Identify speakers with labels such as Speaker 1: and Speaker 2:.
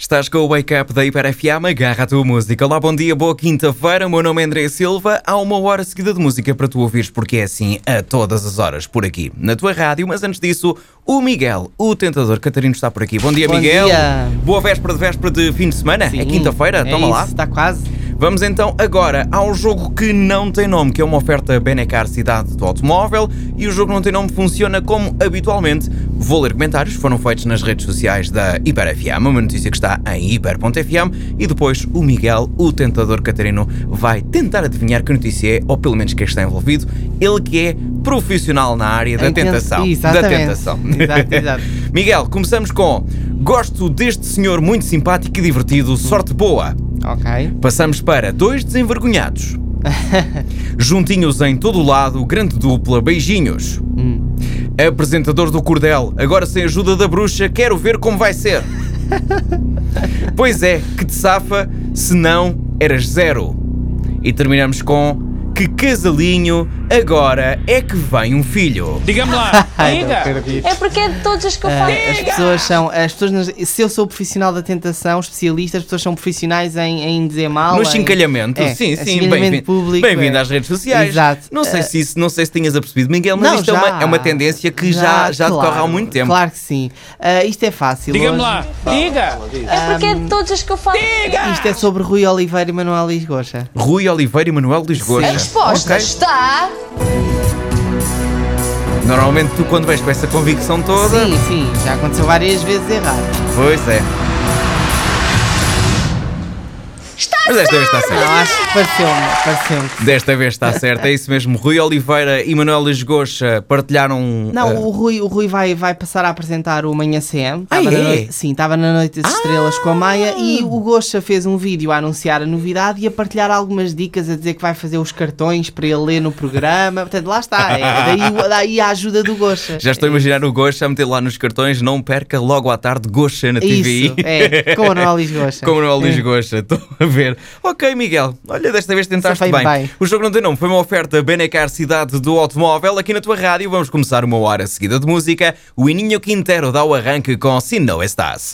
Speaker 1: Estás com o Wake Up da Hiper FM, agarra a tua música. Olá, bom dia, boa quinta-feira. O meu nome é André Silva. Há uma hora seguida de música para tu ouvires, porque é assim a todas as horas, por aqui, na tua rádio. Mas antes disso, o Miguel, o tentador Catarino, está por aqui. Bom dia,
Speaker 2: Bom
Speaker 1: Miguel.
Speaker 2: dia.
Speaker 1: Boa véspera de véspera de fim de semana. é
Speaker 2: Sim,
Speaker 1: quinta-feira,
Speaker 2: é
Speaker 1: toma lá.
Speaker 2: Está quase.
Speaker 1: Vamos então agora a um jogo que não tem nome, que é uma oferta Benecar Cidade do Automóvel e o jogo não tem nome funciona como habitualmente. Vou ler comentários que foram feitos nas redes sociais da HiperFM, uma notícia que está em hiper.fm e depois o Miguel, o tentador Catarino, vai tentar adivinhar que notícia é, ou pelo menos quem está envolvido, ele que é profissional na área da
Speaker 2: Em que-
Speaker 1: tentação. Da
Speaker 2: Exatamente.
Speaker 1: tentação.
Speaker 2: Exato, exato.
Speaker 1: Miguel, começamos com Gosto deste senhor muito simpático e divertido, sorte boa.
Speaker 2: ok.
Speaker 1: Passamos para dois desenvergonhados. Juntinhos em todo o lado, grande dupla, beijinhos.
Speaker 2: Hum.
Speaker 1: Apresentador do Cordel, agora sem ajuda da bruxa, quero ver como vai ser. pois é, que te safa, se não eras zero. E terminamos com que casalinho, agora é que vem um filho.
Speaker 3: Diga-me lá,
Speaker 2: Ai,
Speaker 3: diga!
Speaker 2: não acredito.
Speaker 4: É porque é de todos os que eu falo.
Speaker 2: Ah, as pessoas são. As pessoas, nas- se eu sou profissional da tentação, especialista, as pessoas são profissionais em, em dizer mal.
Speaker 1: No
Speaker 2: em-
Speaker 1: chincalhamento,
Speaker 2: é,
Speaker 1: sim,
Speaker 2: é
Speaker 1: sim,
Speaker 2: chincalhamento
Speaker 1: bem-vindo
Speaker 2: público,
Speaker 1: bem vindo
Speaker 2: é.
Speaker 1: às redes sociais.
Speaker 2: Exato.
Speaker 1: Não sei
Speaker 2: Eh,
Speaker 1: se isso, não sei se tinhas apercebido, Miguel, mas
Speaker 2: Não,
Speaker 1: isto é
Speaker 2: já.
Speaker 1: uma, é uma tendência que já, já
Speaker 2: claro,
Speaker 1: decorre há muito tempo.
Speaker 2: Claro que sim. Ah, isto é fácil.
Speaker 3: Diga-me
Speaker 2: hoje.
Speaker 3: lá, diga!
Speaker 4: É porque é de todos os que eu falo.
Speaker 2: Isto é sobre Rui Oliveira e Manuel Lisgocha.
Speaker 1: Rui Oliveira e Manuel Lisgoa.
Speaker 4: A resposta está.
Speaker 1: Normalmente tu quando vais com essa convicção toda,
Speaker 2: Sim, sim, já aconteceu várias vezes errado.
Speaker 1: pois é. Mas desta vez está
Speaker 2: Não,
Speaker 1: certo.
Speaker 2: acho que pareceu-me, pareceu-me. que-
Speaker 1: Desta vez está certo, é isso mesmo. Rui Oliveira e Manuel Lisgocha partilharam.
Speaker 2: Não,
Speaker 1: eh,
Speaker 2: o Rui, o Rui vai, vai passar a apresentar o Manhã CM.
Speaker 1: Ah,
Speaker 2: Tava na
Speaker 1: é? Ah!
Speaker 2: noite- sim, estava na Noite das Estrelas com a Maia e o Gosha fez um vídeo a anunciar a novidade e a partilhar algumas dicas, a dizer que vai fazer os cartões para ele ler no programa. Portanto, lá está. É, daí, o- daí a ajuda do Gosha.
Speaker 1: já estou a imaginar o Gocha a meter lá nos cartões, não perca logo à tarde Gocha na
Speaker 2: Isso,
Speaker 1: TV.
Speaker 2: é, com o Nolis Gosha.
Speaker 1: Como não é Luís Gosta, estou a ver. Ok, Miguel, olha, desta vez tentaste
Speaker 2: Safei
Speaker 1: bem.
Speaker 2: bem.
Speaker 1: O jogo não tem nome, foi uma oferta Benecar Cidade do Automóvel. Aqui na tua rádio vamos começar uma hora seguida de música. O Ininho Quintero dá o arranque com Se Não Estás.